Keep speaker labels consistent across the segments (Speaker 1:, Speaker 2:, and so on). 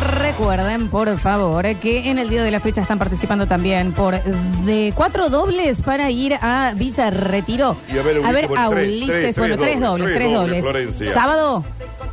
Speaker 1: recuerden, por favor, que en el día de la fecha están participando también por de cuatro dobles para ir a Villa Retiro.
Speaker 2: Y a ver, Ulises, bueno,
Speaker 1: a
Speaker 2: tres,
Speaker 1: Ulises.
Speaker 2: tres,
Speaker 1: bueno,
Speaker 2: tres
Speaker 1: tres
Speaker 2: dobles,
Speaker 1: dobles,
Speaker 2: tres
Speaker 1: tres dobles.
Speaker 2: dobles, Florencia.
Speaker 1: Sábado.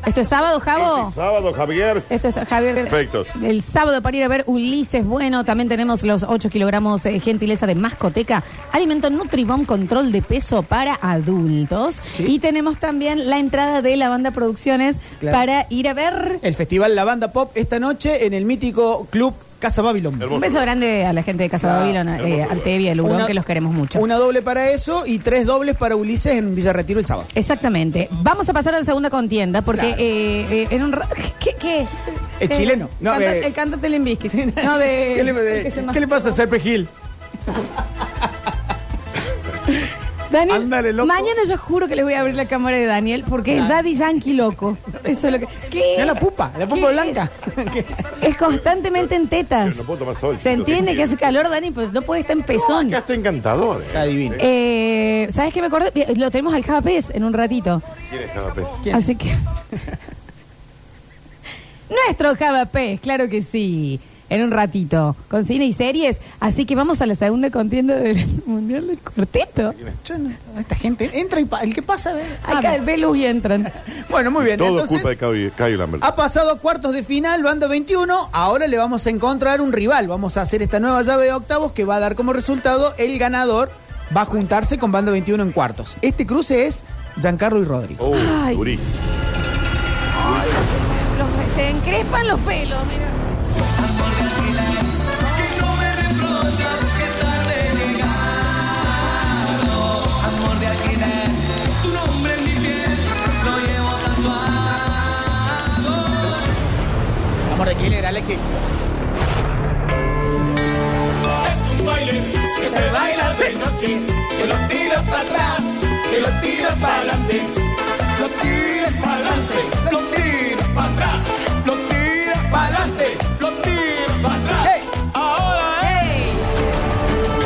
Speaker 1: ¿Esto es sábado, Javo?
Speaker 2: Este Sábado, Javier.
Speaker 1: Esto es Javier.
Speaker 2: Perfecto.
Speaker 1: El sábado para ir a ver Ulises Bueno, también tenemos los 8 kilogramos eh, gentileza de mascoteca, alimento Nutribón, control de peso para adultos. Y tenemos también la entrada de la banda Producciones
Speaker 3: Claro.
Speaker 1: para ir a ver.
Speaker 3: El Festival La Banda Pop esta noche en el mítico Club Casa Babilón.
Speaker 2: Hermoso.
Speaker 1: Un beso grande a la gente de Casa
Speaker 3: Claro.
Speaker 1: Babilona, eh,
Speaker 2: Hermoso
Speaker 1: Altevia, el Urón,
Speaker 3: Una-
Speaker 1: que los queremos mucho.
Speaker 3: Una doble para eso y tres dobles para Ulises en Villa Retiro el sábado.
Speaker 1: Exactamente. Vamos a pasar a la segunda contienda, porque
Speaker 3: Claro.
Speaker 1: eh, eh, en un... ra- ¿Qué, qué es?
Speaker 3: Es
Speaker 1: Eh,
Speaker 3: chileno. No,
Speaker 1: canta-
Speaker 3: eh,
Speaker 1: el cantante Limbisky. No, de...
Speaker 3: ¿Qué, le,
Speaker 1: Eh, el que se
Speaker 3: ¿qué le pasa a Serpe Gil?
Speaker 1: Daniel,
Speaker 3: Ándale, loco.
Speaker 1: mañana yo juro que les voy a abrir la cámara de Daniel porque es Daddy Yankee loco. Eso es lo que. ¿Qué?
Speaker 3: Mira Eh, la pupa, la pupa
Speaker 1: ¿Qué
Speaker 3: blanca.
Speaker 1: Es, Es constantemente en tetas.
Speaker 2: Pero no puedo tomar sol,
Speaker 1: Se entiende que hace calor, Dani, pero no puede estar en pezón.
Speaker 2: Acá está encantador. eh.
Speaker 3: Está divino.
Speaker 1: Eh, ¿Sabes qué me acordé? Eh, Lo tenemos al Java Pérez en un ratito.
Speaker 2: ¿Quién es Java Pérez?
Speaker 3: ¿Quién?
Speaker 1: Así que. Nuestro Java Pérez, claro que sí. En un ratito, con cine y series. Así que vamos a la segunda contienda del Mundial del Cuarteto.
Speaker 3: Yo no- esta gente entra y pa- el que pasa. ve-
Speaker 1: Acá el ve luz y entran.
Speaker 3: Bueno, muy bien.
Speaker 2: Todo
Speaker 3: entonces, Ah.
Speaker 2: culpa de Cayo, Cayo Lambert.
Speaker 3: Ha pasado a cuartos de final, banda 21. Ahora le vamos a encontrar un rival. Vamos a hacer esta nueva llave de octavos que va a dar como resultado el ganador va a juntarse con banda 21 en cuartos. Este cruce es Giancarlo y Rodrigo.
Speaker 2: Oh,
Speaker 1: Ay.
Speaker 2: durís.
Speaker 1: Los- se encrespan los pelos, mira.
Speaker 3: Amor de killer, Alexis.
Speaker 4: Es un baile que se baila de noche, que lo tiras para atrás, que lo tiras para adelante, lo tiras para adelante, lo tiras para atrás, lo tiras para adelante, lo tiras para atrás.
Speaker 3: Hey.
Speaker 4: Ahora ¿eh? es
Speaker 1: ¡Ey!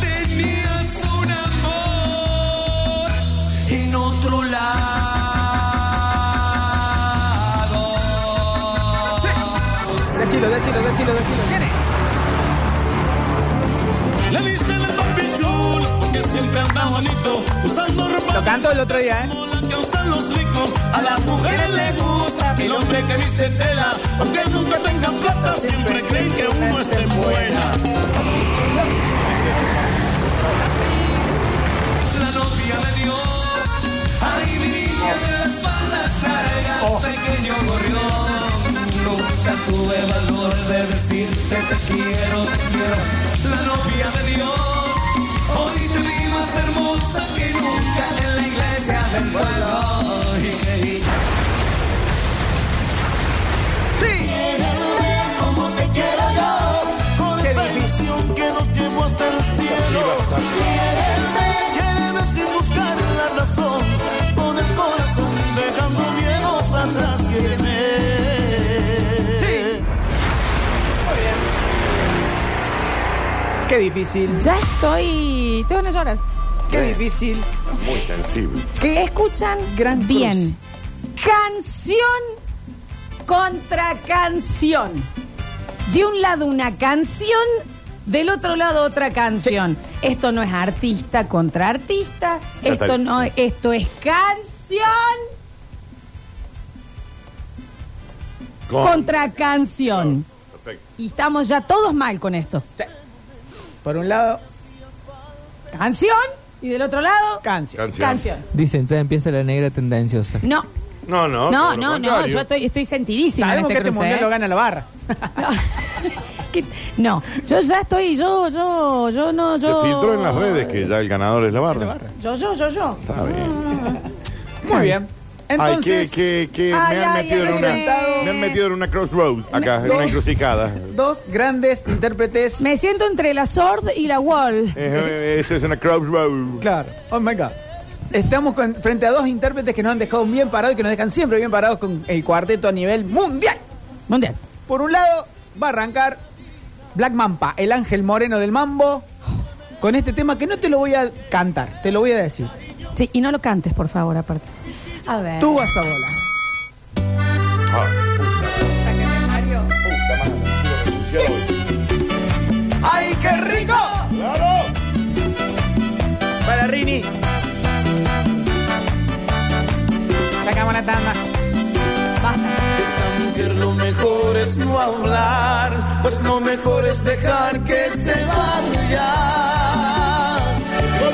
Speaker 4: tenías un amor en otro lado.
Speaker 3: Decilo, decilo, decilo, decilo.
Speaker 4: Le dicen el papi chulo porque siempre anda bonito usando ropa.
Speaker 3: Lo canto el otro día, ¿eh?
Speaker 4: como la que usan los ricos. A las mujeres les gusta el hombre que viste tela. Aunque nunca tengan plata, siempre creen que uno está en buena. La novia de Dios, adivinilla de las faldas largas, pequeño gorrión. Nunca tuve valor de decirte te quiero, te quiero. La novia de Dios, hoy te vi más hermosa que nunca en la iglesia del pueblo. Y creí como te quiero yo, con esa ilusión que nos llevo hasta el cielo. Quiéreme, quiéreme sin buscar la razón, con el corazón dejando miedos atrás, quiéreme.
Speaker 3: Sí. Qué difícil,
Speaker 1: Ya estoy. Te van a llorar.
Speaker 3: qué difícil.
Speaker 2: Muy sensible.
Speaker 1: Si escuchan
Speaker 3: Gran
Speaker 1: bien. Canción contra canción. De un lado una canción, del otro lado otra canción. Esto no es artista contra artista.
Speaker 2: Ya está
Speaker 1: Esto
Speaker 2: bien.
Speaker 1: no, esto es canción.
Speaker 2: Con-
Speaker 1: contra canción.
Speaker 2: Perfecto.
Speaker 1: Y estamos ya todos mal con esto.
Speaker 3: Por un lado,
Speaker 1: Canción y del otro lado
Speaker 3: canción.
Speaker 2: Canción.
Speaker 1: canción.
Speaker 5: Dicen, ya empieza la negra tendenciosa.
Speaker 1: No,
Speaker 2: No, no.
Speaker 1: no,
Speaker 2: todo lo
Speaker 1: no, no,
Speaker 2: contrario.
Speaker 1: yo estoy, estoy sentidísima en
Speaker 3: Sabemos
Speaker 1: este
Speaker 3: que este
Speaker 1: cruce,
Speaker 3: mundial
Speaker 1: ¿eh?
Speaker 3: lo gana la barra.
Speaker 1: No. Que- No, yo ya estoy, yo, yo, yo no, yo.
Speaker 2: Se filtró en las redes que ya el ganador es la barra.
Speaker 1: Yo, yo, yo, yo.
Speaker 2: Está bien.
Speaker 3: Muy
Speaker 2: Ay,
Speaker 3: bien.
Speaker 2: que,
Speaker 3: Entonces,
Speaker 2: que, que
Speaker 1: Ay,
Speaker 2: me han
Speaker 1: ay,
Speaker 2: metido
Speaker 1: ay,
Speaker 2: en una.
Speaker 1: ay.
Speaker 2: Me han metido en una crossroads acá, en
Speaker 3: No.
Speaker 2: una encrucijada.
Speaker 3: dos grandes intérpretes.
Speaker 1: Me siento entre la Sword y la Wall.
Speaker 2: Eh, eh, Esto es una crossroads.
Speaker 3: Claro. Oh my God. Estamos con- frente a dos intérpretes que nos han dejado bien parados y que nos dejan siempre bien parados con el cuarteto a nivel mundial.
Speaker 1: Mundial.
Speaker 3: Por un lado, va a arrancar Black Mampa, el ángel moreno del mambo. con este tema que no te lo voy a cantar, te lo voy a decir.
Speaker 1: Sí, y no lo cantes, por favor, aparte. A ver.
Speaker 3: Tú vas a volar. ¡Ay, qué rico!
Speaker 2: ¡Claro!
Speaker 3: Para Rini. Sacamos la tanda.
Speaker 1: Basta.
Speaker 4: Esa mujer lo mejor es no hablar, pues lo mejor es dejar que se vaya.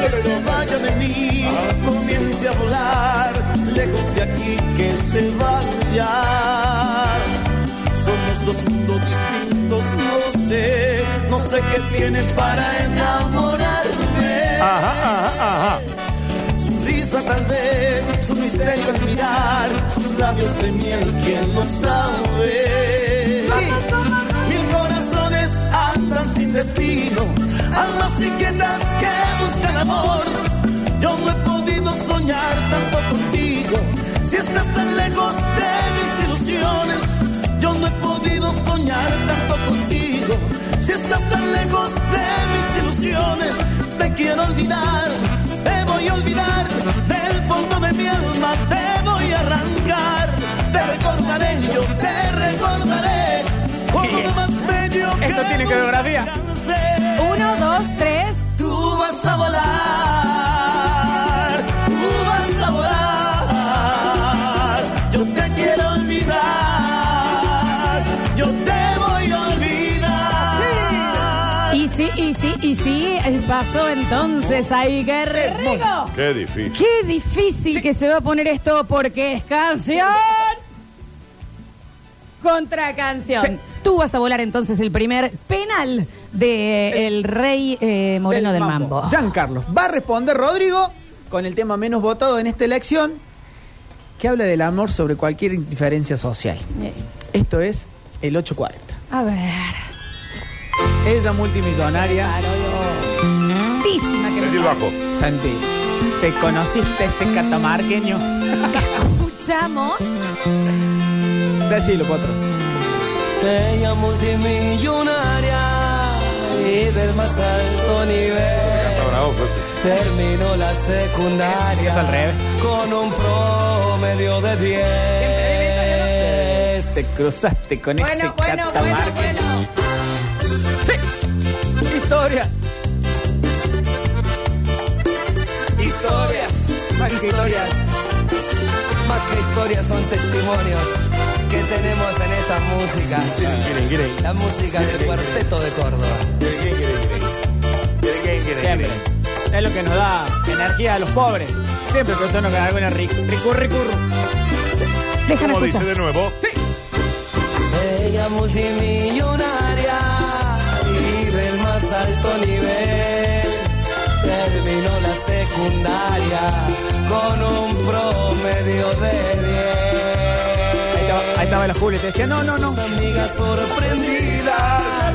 Speaker 4: Que se vaya de mí, comience a volar, lejos de aquí que se vaya. Somos dos mundos distintos, no sé, no sé qué tiene para enamorarme.
Speaker 2: Ajá, ajá, ajá.
Speaker 4: Su risa tal vez, su misterio al mirar, sus labios de miel, ¿quién lo sabe? Mil corazones andan sin destino, almas inquietas que buscan amor. Yo no he podido soñar tanto contigo, si estás tan lejos de mis ilusiones. Yo no he podido soñar tanto contigo, si estás tan lejos de mis ilusiones. Te quiero olvidar, te voy a olvidar, del fondo de mi alma te voy a arrancar. Te recordaré, yo te recordaré, como lo más bello
Speaker 3: Esto
Speaker 4: que
Speaker 3: tiene
Speaker 4: nunca
Speaker 3: coreografía.
Speaker 4: alcancé.
Speaker 1: Uno, dos, tres.
Speaker 4: Tú vas a volar, tú vas a volar. Yo te quiero olvidar, yo te voy a olvidar.
Speaker 1: Y sí, y sí, y sí. El paso entonces. ¡Ay, qué rico!
Speaker 2: Qué difícil.
Speaker 1: Qué difícil que se va a poner esto porque es canción contra canción.
Speaker 3: Sí.
Speaker 1: Tú vas a volar entonces el primer penal de el rey eh, Moreno del, Mambo.
Speaker 3: Giancarlo. Va a responder Rodrigo con el tema menos votado en esta elección, que habla del amor sobre cualquier indiferencia social.
Speaker 1: Eh,
Speaker 3: Esto es el 840.
Speaker 1: A ver.
Speaker 3: Ella multimillonaria.
Speaker 1: Tísima que
Speaker 2: Metí el
Speaker 1: me
Speaker 2: bajo.
Speaker 3: Santi, ¿te conociste ese catamarqueño?
Speaker 1: escuchamos.
Speaker 3: Decilo, Potro.
Speaker 4: Ella multimillonaria y del más alto nivel.
Speaker 2: Está bravo, pues.
Speaker 4: Terminó la secundaria
Speaker 3: Es al revés.
Speaker 4: con un promedio de 10.
Speaker 3: Te cruzaste con ese
Speaker 1: Bueno, bueno, bueno,
Speaker 3: catamarqueño.
Speaker 1: bueno.
Speaker 3: Sí. Historia.
Speaker 4: Historias,
Speaker 3: Más que historias.
Speaker 4: más que historias son testimonios que tenemos en esta música.
Speaker 2: Quieren, quieren.
Speaker 4: La música del cuarteto de Córdoba.
Speaker 2: Quieren, quieren, quieren. Quieren, quieren, quieren,
Speaker 3: Siempre.
Speaker 2: quieren.
Speaker 3: Es lo que nos da energía a los pobres. Siempre personas con alguna ric- ricurru, ricurru.
Speaker 1: Déjame
Speaker 2: ¿Cómo dice
Speaker 1: escuchar.
Speaker 2: de nuevo?
Speaker 4: Ella multimillonaria y del más alto nivel. Terminó la secundaria con un promedio
Speaker 3: Ahí
Speaker 4: de 10.
Speaker 3: estaba, ahí estaba la Julia y te decía, no, no, no.
Speaker 4: Sus amigas sorprendidas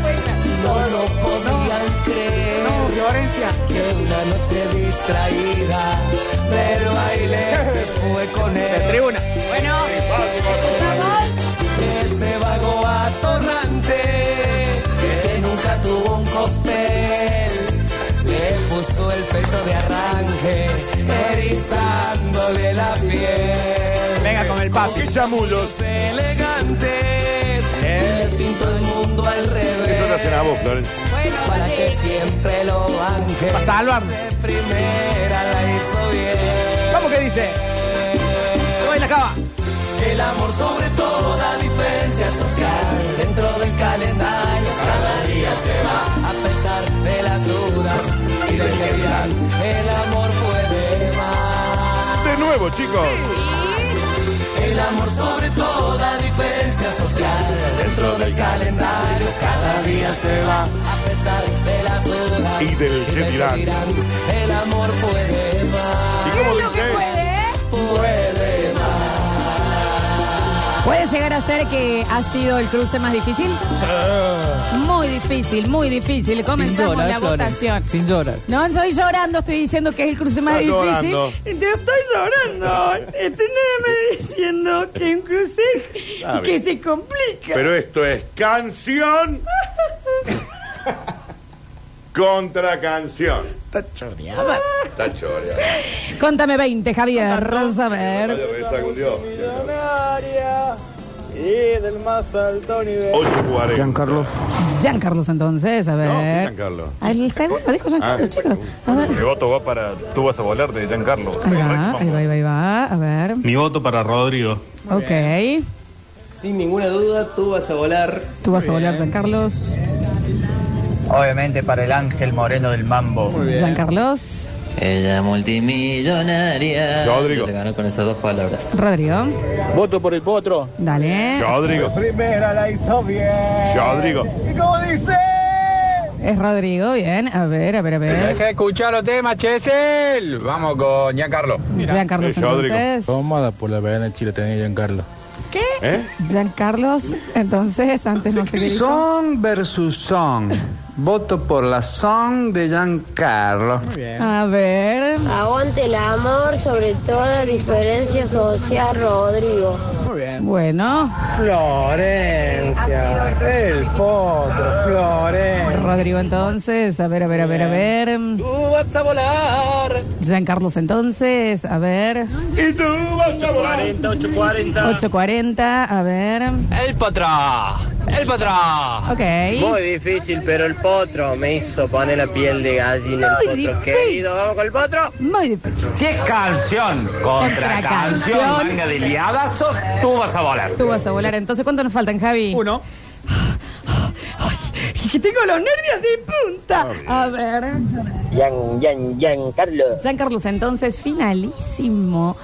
Speaker 4: no lo podían creer.
Speaker 3: No, Florencia.
Speaker 4: Que una noche distraída del baile se fue con
Speaker 3: De
Speaker 4: él.
Speaker 3: tribuna.
Speaker 1: Bueno, escuchamos.
Speaker 4: Ese vago atorrante que nunca tuvo un cospel le puso el pecho de arranque, erizándole la piel.
Speaker 3: Venga con el papi.
Speaker 2: ¿Qué chamullos? Eh.
Speaker 4: Los elegantes le pintó el mundo al
Speaker 2: Eso te hacen a
Speaker 4: revés
Speaker 2: vos, Florencia.
Speaker 1: Bueno,
Speaker 4: para que
Speaker 1: sí.
Speaker 4: siempre lo banque.
Speaker 3: Para salvarme.
Speaker 4: De primera la hizo bien.
Speaker 3: ¿Cómo que dice? Te voy la cava.
Speaker 4: El amor sobre toda diferencia social. Dentro del calendario cada día se va. A pesar de las dudas y del que dirán, el amor puede más.
Speaker 2: De nuevo, chicos.
Speaker 4: El amor sobre toda diferencia social. Dentro del calendario cada día se va. A pesar de las dudas
Speaker 2: Y del que dirán.
Speaker 4: el amor puede más.
Speaker 2: ¿Y cómo
Speaker 1: ¿Qué es lo que
Speaker 2: dice?
Speaker 1: puede?
Speaker 4: Puede más.
Speaker 1: ¿Puede llegar a ser que ha sido el cruce más difícil? Muy difícil, muy difícil.
Speaker 5: Sin
Speaker 1: Comenzamos
Speaker 5: llorar,
Speaker 1: la
Speaker 5: Florencia,
Speaker 1: votación.
Speaker 5: Sin llorar.
Speaker 1: No estoy llorando, estoy diciendo que es el cruce más
Speaker 2: Está
Speaker 1: difícil.
Speaker 2: llorando.
Speaker 1: Estoy llorando. Esténdeme diciendo que un cruce
Speaker 2: Está
Speaker 1: que
Speaker 2: bien.
Speaker 1: se complica.
Speaker 2: Pero esto es canción Contra canción.
Speaker 3: Está choreada.
Speaker 6: Está chorea.
Speaker 1: Contame 20, Javier. A ver.
Speaker 2: Vaya, reza pues, algún Dios.
Speaker 7: millonaria y del más alto nivel.
Speaker 2: 8.40.
Speaker 8: Giancarlo.
Speaker 1: Giancarlos, entonces, a
Speaker 2: No, ¿qué
Speaker 1: ver.
Speaker 2: Giancarlo.
Speaker 1: Al El segundo dijo Giancarlo,
Speaker 2: Ah.
Speaker 1: chicos. A ver.
Speaker 9: Mi voto va para Tú vas a volar de Giancarlo.
Speaker 1: Ahí va, ahí va, ahí va, ahí va. A ver.
Speaker 9: Mi voto para Rodrigo.
Speaker 1: Ok.
Speaker 7: Sin ninguna duda, tú vas a volar.
Speaker 1: Tú vas a volar, Giancarlos.
Speaker 10: Obviamente para el ángel moreno del mambo.
Speaker 1: Giancarlos.
Speaker 11: Ella multimillonaria.
Speaker 2: Rodrigo.
Speaker 11: Yo te gano con esas dos palabras.
Speaker 1: Rodrigo.
Speaker 10: Voto por el potro.
Speaker 1: Dale.
Speaker 2: Rodrigo.
Speaker 4: Primera la hizo bien.
Speaker 2: Rodrigo.
Speaker 4: Y como dice.
Speaker 1: Es Rodrigo, bien. A ver, a ver, a ver.
Speaker 6: de escuchar los temas, Chesel. Vamos con Giancarlo.
Speaker 1: Giancarlos,
Speaker 2: Eh, Rodrigo.
Speaker 1: entonces.
Speaker 8: Tomada por la verana Chile tenía Giancarlo.
Speaker 1: ¿Qué?
Speaker 2: ¿Eh?
Speaker 1: Giancarlos, entonces, antes no sé qué dijo.
Speaker 10: Song versus song. Voto por la song de Giancarlo.
Speaker 1: A ver.
Speaker 7: Aguante el amor, sobre toda diferencia social, Rodrigo.
Speaker 1: Bueno,
Speaker 7: Florencia, el potro, Florencia.
Speaker 1: Rodrigo entonces, a ver, a ver, a ver, a ver.
Speaker 7: Tú vas a volar.
Speaker 1: Giancarlos entonces, a ver.
Speaker 2: Y tú vas a volar.
Speaker 1: 8.40, a ver.
Speaker 6: El patrá. El patrá.
Speaker 1: Ok.
Speaker 10: Muy difícil, pero el potro me hizo poner la piel de gallina.
Speaker 1: Muy
Speaker 10: El potro
Speaker 1: difícil.
Speaker 10: querido, vamos con el potro.
Speaker 1: Muy difícil.
Speaker 6: Si es canción
Speaker 1: Contra
Speaker 6: contra canción,
Speaker 1: canción.
Speaker 6: manga de liadazos, tú vas a volar.
Speaker 1: Tú vas a volar entonces. ¿Cuánto nos faltan, Javi?
Speaker 3: Uno.
Speaker 1: Ay, es que tengo los nervios de punta. A ver.
Speaker 10: Yan, yan, yan, Carlos.
Speaker 1: Giancarlos entonces, finalísimo.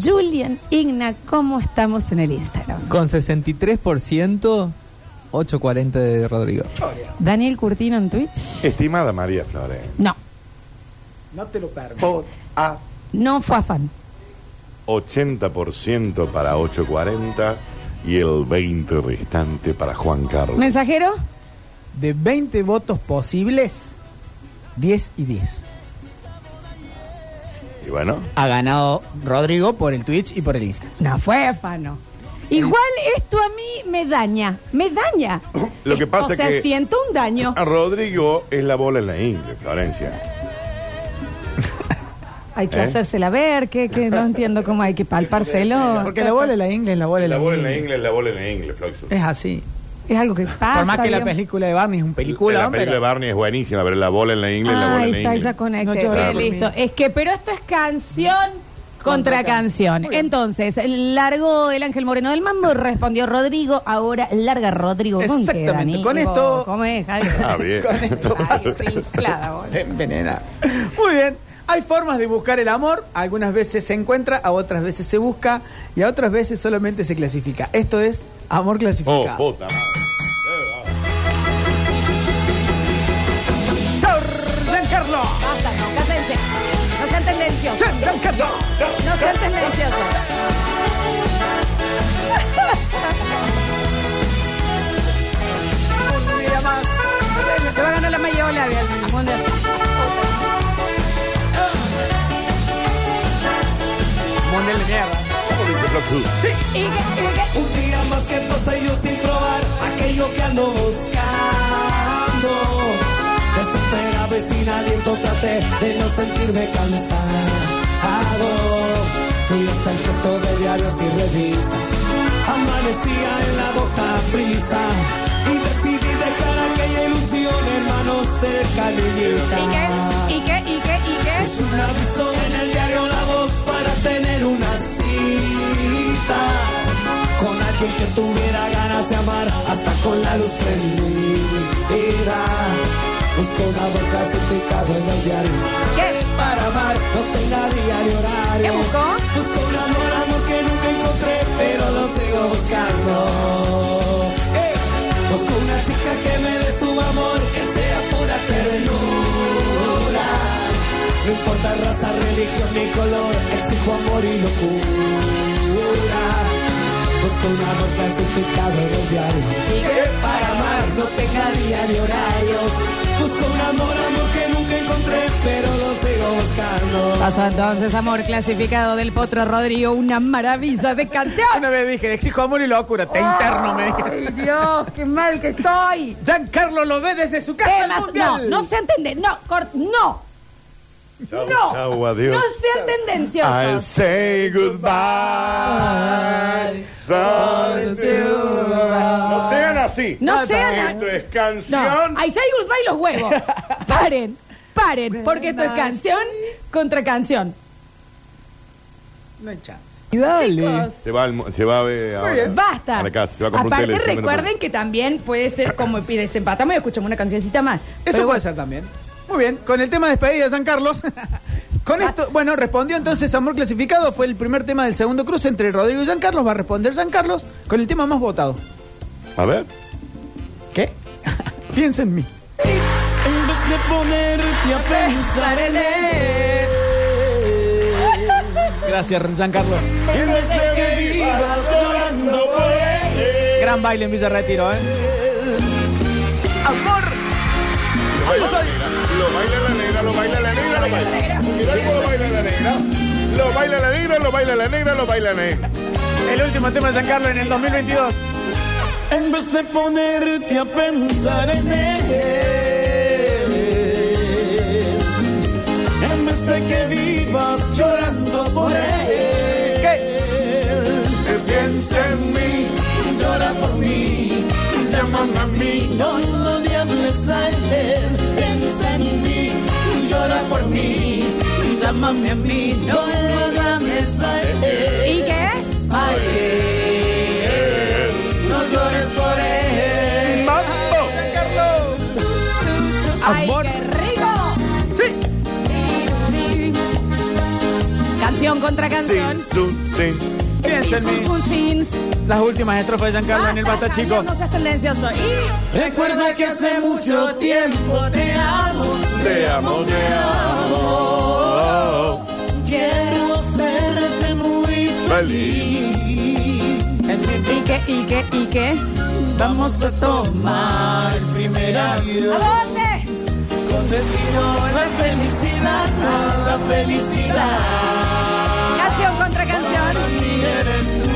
Speaker 1: Julian, Igna, ¿cómo estamos en el Instagram?
Speaker 5: Con 63%, 8.40 de Rodrigo.
Speaker 1: Daniel Curtino en Twitch.
Speaker 2: Estimada María Flores.
Speaker 1: No,
Speaker 3: No te lo permito.
Speaker 2: Por a
Speaker 1: no fue afán.
Speaker 2: 80% para 8.40 y el 20 restante para Juan Carlos.
Speaker 1: ¿Mensajero?
Speaker 3: De 20 votos posibles, 10 y 10.
Speaker 2: Y bueno,
Speaker 3: Ha ganado Rodrigo por el Twitch y por el Insta.
Speaker 1: No fue afano. Igual esto a mí me daña, me daña.
Speaker 2: Lo que pasa
Speaker 1: o sea,
Speaker 2: que- Ah,
Speaker 1: siento un daño.
Speaker 2: a Rodrigo es la bola en la ingle, Florencia.
Speaker 1: Hay que
Speaker 2: ¿Eh?
Speaker 1: hacérsela ver, que, que no entiendo cómo hay que palpárselo.
Speaker 3: Porque la bola de la ingle es la bola de
Speaker 2: La
Speaker 3: la,
Speaker 2: bola en la
Speaker 3: ingle.
Speaker 2: ingle es la bola en la ingle, Floxu.
Speaker 3: Es así.
Speaker 1: Es algo que pasa.
Speaker 3: Por más que la
Speaker 1: digamos.
Speaker 3: película de Barney es un película,
Speaker 2: La película de Barney es buenísima, pero la bola en la ingle es la bola
Speaker 1: Ahí
Speaker 2: en la
Speaker 1: Ah, está,
Speaker 2: ingle.
Speaker 1: ya
Speaker 3: No
Speaker 1: conecté.
Speaker 3: llores.
Speaker 1: Bien, listo. Es que, pero esto es canción contra,
Speaker 3: Contra
Speaker 1: canción. Entonces, largó el Ángel Moreno del Mambo, respondió Rodrigo, ahora larga Rodrigo. ¿Con qué,
Speaker 3: Exactamente.
Speaker 1: Dani?
Speaker 3: Con
Speaker 1: ¿Y vos
Speaker 3: esto-
Speaker 1: ¿Cómo es, Javi?
Speaker 2: Ah, bien.
Speaker 3: Con esto-
Speaker 1: Ay, Ah, sí, inflada, boludo.
Speaker 3: Envenena. Muy bien. Hay formas de buscar el amor. Algunas veces se encuentra, a otras veces se busca y a otras veces solamente se clasifica. Esto es amor
Speaker 2: Oh,
Speaker 3: clasificado.
Speaker 2: puta madre. oh.
Speaker 3: ¡Chao, Giancarlo!
Speaker 1: Basta, no, cásense. No sean tendenciosos.
Speaker 3: ¡Chao, Giancarlo!
Speaker 1: No sean tendenciosos.
Speaker 3: Un día más.
Speaker 1: Te va a ganar la mayola, Gabriel. Mundial.
Speaker 3: Mundial de mierda.
Speaker 2: ¿Cómo dice Floxu?
Speaker 1: Y que- y
Speaker 4: Un día más que pasa yo sin probar aquello que ando buscando. Desesperado y sin aliento traté de no sentirme cansado. Fui hasta el puesto de diarios y revistas. Amanecía en la boca prisa y decidí dejar aquella ilusión en manos del canillita.
Speaker 1: que- y que- y que- y que- y que-
Speaker 4: Es un aviso en el diario La Voz para tener una cita con alguien que tuviera ganas de amar hasta con la luz prendida. Busco una voz clasificada en el diario
Speaker 1: ¿Qué?
Speaker 4: para amar no tenga diario horario.
Speaker 1: ¿Qué buscó?
Speaker 4: Busco un amor, amor que nunca encontré, pero lo sigo buscando. Eh, Busco una chica que me dé su amor, que sea pura ternura. No importa raza, religión ni color, exijo amor y locura. Busco un amor clasificado en el diario. Que para amar no tenga día ni horarios. Busco un amor, amor que nunca encontré, pero lo sigo buscando.
Speaker 1: Pasa entonces, amor clasificado del Potro Rodrigo, una maravilla de canción.
Speaker 3: Una vez dije, exijo amor y locura, te interno, me
Speaker 1: Ay,
Speaker 3: dije.
Speaker 1: Dios, qué mal que estoy.
Speaker 3: Giancarlo lo ve desde su casa al
Speaker 1: Temas, no,
Speaker 3: mundial.
Speaker 1: no sean tendenciosos. No, cort- no.
Speaker 2: Chau,
Speaker 1: no.
Speaker 2: chau, adiós.
Speaker 1: No sean
Speaker 2: I'll
Speaker 1: tendenciosos.
Speaker 2: say goodbye. darling, to you. No sean así.
Speaker 1: No sean-
Speaker 2: Esto es
Speaker 1: No,
Speaker 2: canción.
Speaker 1: ahí say goodbye los huevos. Paren, paren, porque esto es canción contra canción.
Speaker 3: No hay chance.
Speaker 5: Y dale.
Speaker 1: Chicos.
Speaker 2: Se va, al mu- se va a ver ahora.
Speaker 1: Basta.
Speaker 2: A la casa, se va a comprar un
Speaker 1: Aparte,
Speaker 2: televisor,
Speaker 1: recuerden que también puede ser como pide desempatamos y escuchamos una cancioncita más.
Speaker 3: Eso
Speaker 1: Pero
Speaker 3: puede ser también. Muy bien, con el tema de despedida de San Carlos. con
Speaker 1: Ah.
Speaker 3: esto, bueno, respondió entonces Amor Clasificado, fue el primer tema del segundo cruce entre Rodrigo y San Carlos. Va a responder San Carlos con el tema más votado.
Speaker 2: A ver.
Speaker 3: ¿Qué? Piensa en mí.
Speaker 4: En vez de ponerte
Speaker 1: Eh,
Speaker 4: a pensar en él,
Speaker 3: Gracias, San Carlos.
Speaker 4: en vez de que vivas llorando por él,
Speaker 3: Gran baile en Villa Retiro, ¿eh? Amor.
Speaker 2: Lo baila la negra, lo baila la negra, lo baila la negra, lo baila. Mirá cómo lo baila la negra. Lo baila la negra, lo baila la negra, lo baila la negra.
Speaker 3: El último tema de San Carlos en el 2022.
Speaker 4: en vez de ponerte a pensar en él, en vez de que vivas llorando por él,
Speaker 3: ¿Qué?
Speaker 4: que piensa en mí, llora por mí, llámame a mí, no, no le hables a él, piensa en mí, llora por mí, llámame a mí, no le hables a él.
Speaker 1: ¿Y qué?
Speaker 4: Ayer, no llores por él.
Speaker 3: San Carlos.
Speaker 1: ¡Ay,
Speaker 3: Amor.
Speaker 1: qué rico!
Speaker 3: Sí.
Speaker 1: Canción contra
Speaker 2: Sí,
Speaker 1: canción.
Speaker 2: tú, sí.
Speaker 3: Piensa en mí.
Speaker 1: Sus fins.
Speaker 3: Las últimas estrofas de San Carlos en el
Speaker 1: Ah,
Speaker 3: Basta Chico.
Speaker 1: No seas tendencioso. Y
Speaker 4: Recuerda que hace mucho tiempo te amo.
Speaker 2: Te amo, te amo.
Speaker 4: Quiero serte muy
Speaker 2: Feliz.
Speaker 4: feliz.
Speaker 1: y qué, y qué, y qué.
Speaker 4: Vamos a tomar primer aire
Speaker 1: ¿A dónde?
Speaker 4: con destino a la felicidad, a la felicidad.
Speaker 1: Canción contra canción.
Speaker 4: Y eres tú.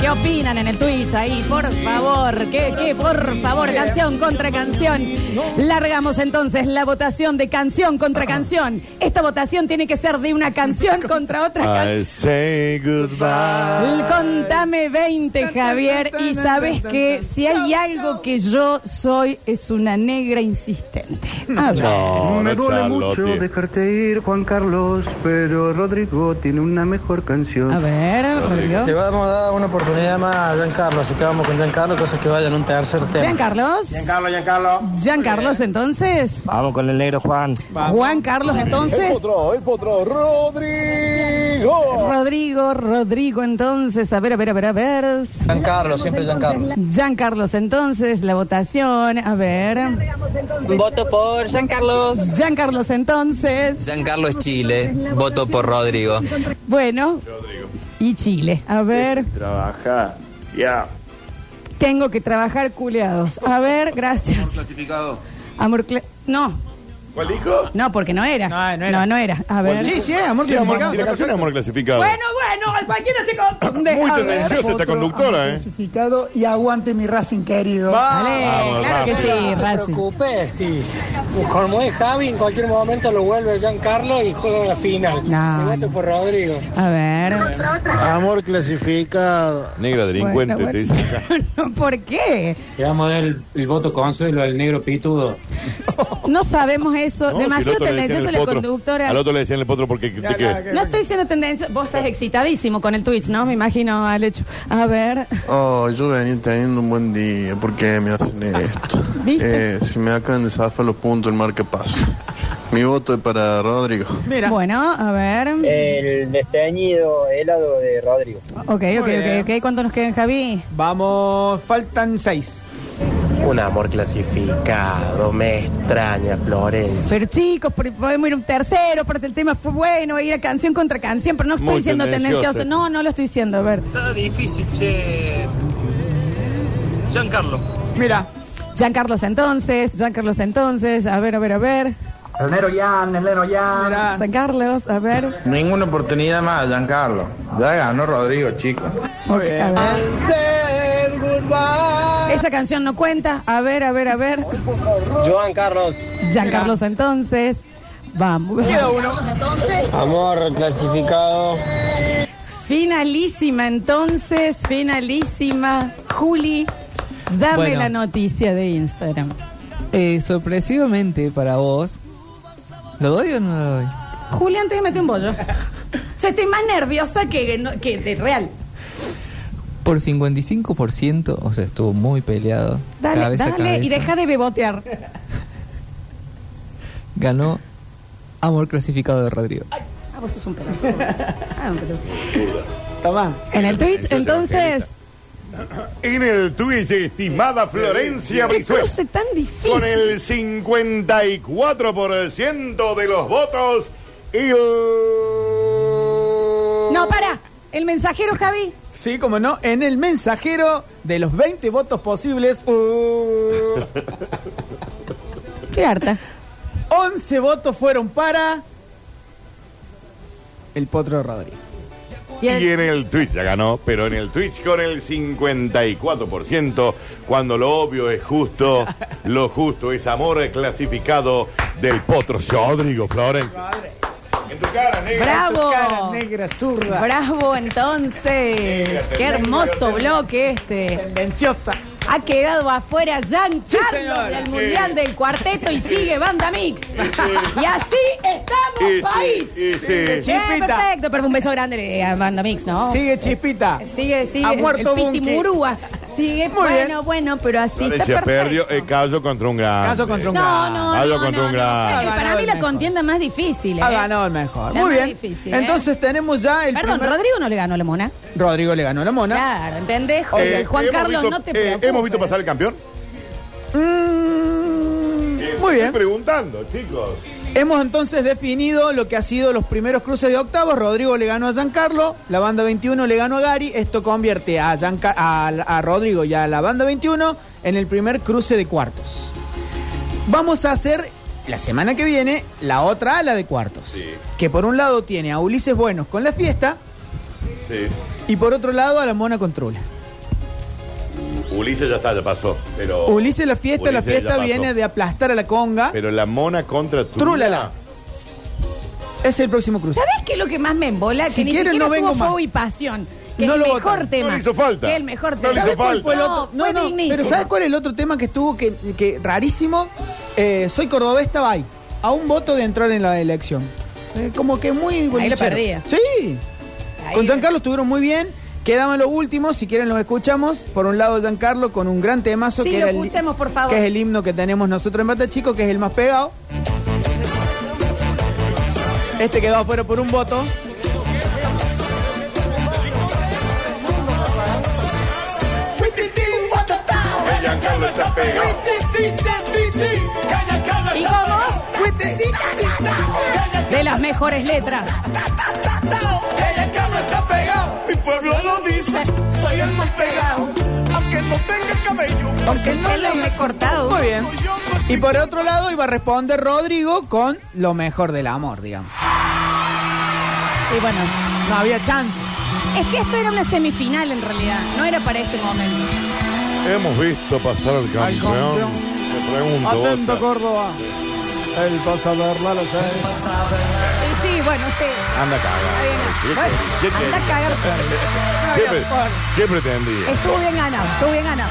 Speaker 1: ¿Qué opinan en el Twitch ahí? Por favor, que, que, por favor, canción contra canción. Largamos entonces la votación de canción contra canción. Esta votación tiene que ser de una canción contra otra
Speaker 2: I
Speaker 1: canción.
Speaker 2: say goodbye.
Speaker 1: El Contame 20, Javier. Y sabes que si hay algo que yo soy, es una negra insistente. A ver.
Speaker 2: No,
Speaker 10: Me
Speaker 2: no,
Speaker 10: duele mucho
Speaker 2: Charlotte.
Speaker 10: dejarte ir, Juan Carlos, pero Rodrigo tiene una mejor
Speaker 1: A
Speaker 10: canción.
Speaker 1: ver,
Speaker 12: Le
Speaker 1: Rodrigo.
Speaker 12: vamos a dar una oportunidad más a Giancarlo, así que vamos con Giancarlo, cosas que vayan un tercer tema.
Speaker 1: Giancarlos.
Speaker 12: Giancarlo, Giancarlo.
Speaker 1: Giancarlos, entonces.
Speaker 12: Vamos con el negro Juan.
Speaker 1: Juan Carlos, entonces.
Speaker 9: Otro, el potro, Rodrigo.
Speaker 1: Rodrigo, Rodrigo, entonces. A ver, a ver, a ver, a ver.
Speaker 12: Giancarlo, siempre Giancarlo.
Speaker 1: Giancarlos, entonces. La votación. A ver.
Speaker 11: Voto por San Carlos.
Speaker 1: Giancarlos, entonces.
Speaker 11: San Carlos Chile, voto por Rodrigo.
Speaker 1: Bueno. Y Chile. A ver.
Speaker 9: Trabaja. Ya.
Speaker 1: Tengo que trabajar culeados. A ver, gracias.
Speaker 11: Clasificado.
Speaker 1: Amor, cla- no,
Speaker 2: ¿Cuál dijo?
Speaker 1: no, porque no era.
Speaker 3: No, no era.
Speaker 1: No, no era. A ver.
Speaker 3: Sí, sí, amor
Speaker 2: Sí, amor,
Speaker 3: clasificado.
Speaker 2: si la canción es amor clasificado.
Speaker 1: Bueno, bueno, cualquiera se confunde.
Speaker 2: Muy
Speaker 1: A ver.
Speaker 2: tendenciosa esta conductora, ¿eh?
Speaker 12: Clasificado y aguante mi Racing querido.
Speaker 1: Vale,
Speaker 2: Vamos,
Speaker 1: claro que
Speaker 2: vamos.
Speaker 1: sí,
Speaker 12: No te
Speaker 1: Racing.
Speaker 12: preocupes, sí. Como es Javi, en cualquier momento lo vuelve Giancarlo y juega la final.
Speaker 1: No.
Speaker 12: Me voto por Rodrigo.
Speaker 1: A ver.
Speaker 10: Amor clasificado.
Speaker 2: Negra delincuente,
Speaker 1: Bueno,
Speaker 2: te dicen acá.
Speaker 1: bueno. ¿Por qué?
Speaker 8: Le vamos a dar el, el voto consuelo al negro pitudo.
Speaker 1: No sabemos eso.
Speaker 2: No, si al
Speaker 1: Demasiado
Speaker 2: otro le decían
Speaker 1: tendencioso eh.
Speaker 2: el
Speaker 1: la
Speaker 2: potro.
Speaker 1: conductora.
Speaker 2: Al otro le decían el potro porque te queda.
Speaker 1: No estoy siendo tendencia. Vos estás excitadísimo con el Twitch, ¿no? Me imagino al hecho. A ver.
Speaker 13: Oh, yo venía teniendo un buen día, ¿por qué me hacen esto?
Speaker 1: ¿Viste?
Speaker 13: Eh, si me acaban de zafar los puntos el marcapaso. Mi voto es para Rodrigo.
Speaker 3: Mira.
Speaker 1: Bueno, a ver.
Speaker 2: eh,
Speaker 12: El desteñido helado de Rodrigo.
Speaker 1: Ok, ok,
Speaker 3: bien.
Speaker 2: eh.
Speaker 1: ok, ok. ¿Cuánto nos quedan, Javi?
Speaker 3: Vamos, faltan seis.
Speaker 12: Un amor clasificado, me extraña Florencia.
Speaker 1: Pero chicos, por- podemos ir un tercero, porque el tema fue bueno, ir a canción contra canción, pero no estoy
Speaker 2: Muy
Speaker 1: siendo
Speaker 2: tendencioso. este.
Speaker 1: tendencioso. No, no lo estoy diciendo, a ver.
Speaker 12: Está difícil, che. Giancarlo.
Speaker 3: Mira.
Speaker 1: Giancarlos entonces, Giancarlos entonces, a ver, a ver, a ver.
Speaker 14: El Nero Jan, el Nero Jan.
Speaker 15: San Carlos, a ver.
Speaker 14: Ninguna oportunidad más, Giancarlo. Ya ganó Rodrigo, chico.
Speaker 15: Ok, a ver.
Speaker 1: Esa canción no cuenta.
Speaker 15: A ver, a ver, a ver.
Speaker 14: Joan Carlos.
Speaker 15: Jean Carlos, entonces. Vamos.
Speaker 14: Amor clasificado.
Speaker 1: Finalísima, entonces, finalísima. Juli, dame
Speaker 5: Bueno.
Speaker 1: la noticia de Instagram.
Speaker 5: Eh, sorpresivamente para vos, ¿lo doy o no lo doy?
Speaker 1: Juli, antes de meter un bollo. Yo estoy más nerviosa que, no- que de real.
Speaker 5: Por 55%, o sea, estuvo muy peleado.
Speaker 1: Dale,
Speaker 5: cabeza a
Speaker 1: dale, y
Speaker 5: cabeza.
Speaker 1: deja de bebotear.
Speaker 5: Ganó Amor Clasificado de Rodrigo.
Speaker 1: Ah, vos sos un pelotudo. Ah, un pelotudo.
Speaker 3: Tomá.
Speaker 15: En el Twitch, entonces.
Speaker 2: En el Twitch, estimada Florencia
Speaker 1: ¿Qué
Speaker 2: Brizuela.
Speaker 1: cruce tan difícil?
Speaker 2: Con el 54% de los votos, el...
Speaker 1: No, para. El mensajero, Javi.
Speaker 3: Sí, como no, en el mensajero de los 20 votos posibles, uh,
Speaker 15: Qué harta.
Speaker 3: 11 votos fueron para el Potro Rodríguez.
Speaker 2: Y en el Twitch ya ganó, pero en el Twitch con el 54%, cuando lo obvio es justo, lo justo es amor clasificado del potro Rodrigo Florencia. En tu cara, negra.
Speaker 1: Bravo.
Speaker 3: Tu cara negra zurda.
Speaker 1: Bravo, entonces. Qué hermoso bloque este.
Speaker 3: Tendenciosa.
Speaker 1: Ha quedado afuera Jan
Speaker 3: Sí,
Speaker 1: Carlos
Speaker 3: señora.
Speaker 1: del
Speaker 3: Sí.
Speaker 1: Mundial del Cuarteto y sigue Banda Mix. Y así
Speaker 2: Y sí,
Speaker 1: estamos, país.
Speaker 2: y sí. Sigue
Speaker 1: Eh,
Speaker 3: Chispita.
Speaker 1: Perfecto, pero un beso grande eh, a Banda Mix, ¿no?
Speaker 3: Sigue Chispita.
Speaker 1: Sigue, sigue.
Speaker 3: Ha muerto
Speaker 1: el
Speaker 3: Bunky.
Speaker 1: Piti Murúa. Sigue,
Speaker 3: Muy bien.
Speaker 1: bueno, bueno, pero así está
Speaker 2: Florencia
Speaker 1: perfecto.
Speaker 2: perdió el callo contra un Eh, gran.
Speaker 3: Caso contra un
Speaker 1: No,
Speaker 3: gran.
Speaker 1: no,
Speaker 2: Algo
Speaker 1: no,
Speaker 2: contra
Speaker 1: no,
Speaker 2: un
Speaker 1: no.
Speaker 2: gran.
Speaker 1: O sea, que para
Speaker 3: ganado
Speaker 1: mí
Speaker 3: el
Speaker 1: la
Speaker 3: mejor.
Speaker 1: contigo más difícil.
Speaker 3: Ha
Speaker 1: ¿eh?
Speaker 3: ganado el mejor.
Speaker 1: La
Speaker 3: Muy
Speaker 1: más
Speaker 3: bien.
Speaker 1: difícil, ¿eh?
Speaker 3: Entonces tenemos ya Ah, el
Speaker 1: Perdón,
Speaker 3: primer-
Speaker 1: Rodrigo no le ganó a la mona.
Speaker 3: Rodrigo le ganó a la mona.
Speaker 1: Claro, ¿entendés?
Speaker 2: Eh,
Speaker 1: Juan- Juan
Speaker 2: hemos
Speaker 1: Carlos,
Speaker 2: visto-
Speaker 1: no te
Speaker 2: eh,
Speaker 1: preocupes.
Speaker 2: ¿Hemos visto pasar el campeón? Eh,
Speaker 3: Mm, Muy bien.
Speaker 2: Estoy preguntando, chicos.
Speaker 3: Hemos entonces definido lo que ha sido los primeros cruces de octavos. Rodrigo le ganó a Giancarlo, la banda 21 le ganó a Gary. Esto convierte a, Gianca- a, a Rodrigo y a la banda 21 en el primer cruce de cuartos. Vamos a hacer la semana que viene la otra ala de cuartos. Que por un lado tiene a Ulises Buenos con la fiesta
Speaker 2: Sí.
Speaker 3: y por otro lado a la Mona con Trula.
Speaker 2: Ulises ya está, ya pasó. Pero,
Speaker 3: Ulises la fiesta, la
Speaker 2: Ulises ya
Speaker 3: fiesta
Speaker 2: pasó.
Speaker 3: viene de aplastar a la conga.
Speaker 2: Pero la mona contra Trulala.
Speaker 3: Trulala. Es el próximo cruce.
Speaker 1: ¿Sabes qué es lo que más me embola?
Speaker 3: Si
Speaker 1: que ni
Speaker 3: quieren,
Speaker 1: siquiera
Speaker 3: no vengo
Speaker 1: tuvo
Speaker 3: más.
Speaker 1: fuego y pasión. Que
Speaker 3: No
Speaker 1: el
Speaker 3: lo
Speaker 1: mejor
Speaker 3: votaron.
Speaker 1: tema.
Speaker 2: No le hizo falta.
Speaker 1: Que el mejor
Speaker 2: No
Speaker 1: tema.
Speaker 2: le hizo
Speaker 3: ¿Sabes cuál
Speaker 2: falta.
Speaker 3: fue el
Speaker 1: No,
Speaker 3: otro? No,
Speaker 1: fue
Speaker 3: no,
Speaker 1: dignísimo.
Speaker 3: Pero ¿sabes cuál es el otro tema que estuvo que, que rarísimo? Eh, soy cordobés, estaba ahí. A un voto de entrar en la elección. Eh, como que muy bolichero.
Speaker 1: perdía.
Speaker 3: Sí.
Speaker 1: Ahí
Speaker 3: con
Speaker 1: lo-
Speaker 3: Giancarlo estuvieron muy bien. Quedaban los últimos, si quieren los escuchamos. Por un lado, Giancarlo con un gran temazo
Speaker 1: Sí,
Speaker 3: que,
Speaker 1: lo
Speaker 3: era el-
Speaker 1: escuchemos, por favor.
Speaker 3: que es el himno que tenemos nosotros en Bata Chico, que es el más pegado. Este quedó afuera por un voto.
Speaker 2: Giancarlo está pegado.
Speaker 1: ¿Y cómo? De las mejores letras.
Speaker 4: Mi pueblo lo dice, soy el más pegado, aunque no tenga cabello.
Speaker 1: Porque no lo he cortado.
Speaker 3: Muy bien. Y por otro lado iba a responder Rodrigo con lo mejor del amor, digamos.
Speaker 1: Y bueno,
Speaker 3: No había chance.
Speaker 1: es que esto era una semifinal en realidad. No era para este momento.
Speaker 2: Hemos visto pasar al
Speaker 3: Al
Speaker 2: campeón.
Speaker 3: campeón.
Speaker 2: Te pregunto,
Speaker 3: Atento,
Speaker 2: Bocha.
Speaker 3: Córdoba. Él pasa a verla la
Speaker 1: Y sí, bueno, sí.
Speaker 2: Anda a cagar. ¿Qué
Speaker 1: Bueno,
Speaker 2: pre- qué
Speaker 1: anda a
Speaker 2: quería?
Speaker 1: cagar.
Speaker 2: ¿Qué, pre- qué pretendía?
Speaker 1: Estuvo bien ganado, estuvo bien ganado.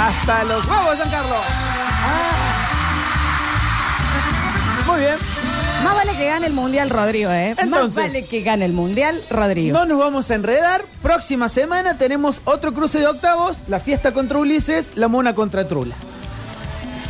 Speaker 3: Hasta los huevos, San Carlos. Muy bien.
Speaker 1: Más vale que gane el Mundial Rodrigo, ¿eh? Más
Speaker 3: Entonces.
Speaker 1: vale que gane el Mundial Rodrigo.
Speaker 3: No nos vamos a enredar. Próxima semana tenemos otro cruce de octavos. La fiesta contra Ulises, la mona contra Trula.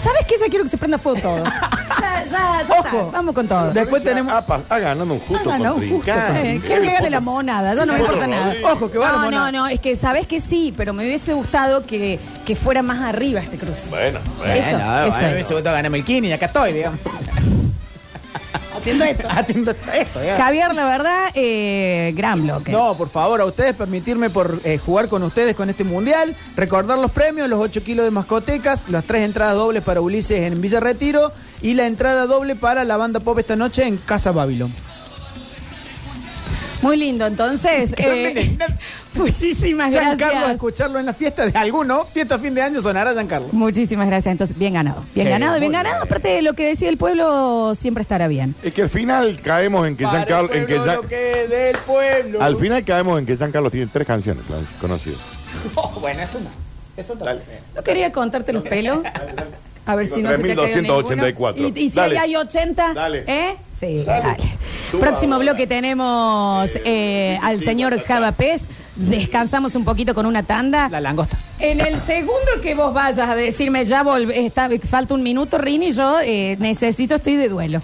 Speaker 1: ¿Sabes qué? Yo quiero que se prenda fuego todo. ya, ya, ya está.
Speaker 3: Ojo.
Speaker 1: Vamos con todo.
Speaker 3: Después tenemos...
Speaker 2: Ha, pas- Ah, ha ganado un justo
Speaker 3: Ha ganado un justo
Speaker 2: contrincante.
Speaker 1: Eh, quiero que gane la monada, ya no me
Speaker 2: Bueno,
Speaker 1: importa nada.
Speaker 2: Rodrigo.
Speaker 3: Ojo, que va la
Speaker 1: No,
Speaker 3: mona.
Speaker 1: no, no, es que sabes que sí, pero me hubiese gustado que, que fuera más arriba este cruce.
Speaker 2: Bueno, bueno.
Speaker 1: Eso,
Speaker 3: Bueno,
Speaker 1: eso.
Speaker 3: bueno, me hubiese gustado ganarme el Kini, acá estoy, digamos.
Speaker 16: Haciendo esto.
Speaker 3: Haciendo esto, ya.
Speaker 1: Javier, la verdad, eh, gran bloque.
Speaker 3: No, por favor, a ustedes permitirme por eh, jugar con ustedes con este mundial, recordar los premios, los 8 kilos de mascotecas, las tres entradas dobles para Ulises en Villa Retiro y la entrada doble para la banda pop esta noche en Casa Babilón.
Speaker 1: Muy lindo, entonces. eh,
Speaker 16: Ah,
Speaker 1: muchísimas gracias.
Speaker 3: Giancarlo, a escucharlo en la fiesta de alguno, fiesta fin de año sonará Giancarlo.
Speaker 1: Muchísimas gracias, entonces, bien ganado. Bien
Speaker 2: Sí,
Speaker 1: ganado, bien
Speaker 2: muy
Speaker 1: ganado. Aparte de lo que decía el pueblo, siempre estará bien.
Speaker 2: Es que al final caemos en que San Carlos. En que Gian-
Speaker 3: del pueblo.
Speaker 2: al final caemos en que San Carlos tiene tres canciones Florencia, conocidas.
Speaker 3: bueno, eso no. Eso
Speaker 1: No quería contarte los pelos. A ver si no se te ha caído
Speaker 2: 3284.
Speaker 1: ninguno. Y, y si
Speaker 2: Dale.
Speaker 1: ahí hay 80,
Speaker 2: Dale.
Speaker 1: ¿eh? Sí,
Speaker 2: Dale.
Speaker 1: dale.
Speaker 2: Tú
Speaker 1: Próximo
Speaker 2: ahora.
Speaker 1: bloque tenemos eh, al señor Java Pez. Descansamos un poquito con una tanda.
Speaker 3: La langosta.
Speaker 1: En el segundo que vos vayas a decirme, ya vol está, falta un minuto, Rini, yo eh, necesito, estoy de duelo.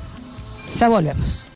Speaker 1: Ya volvemos.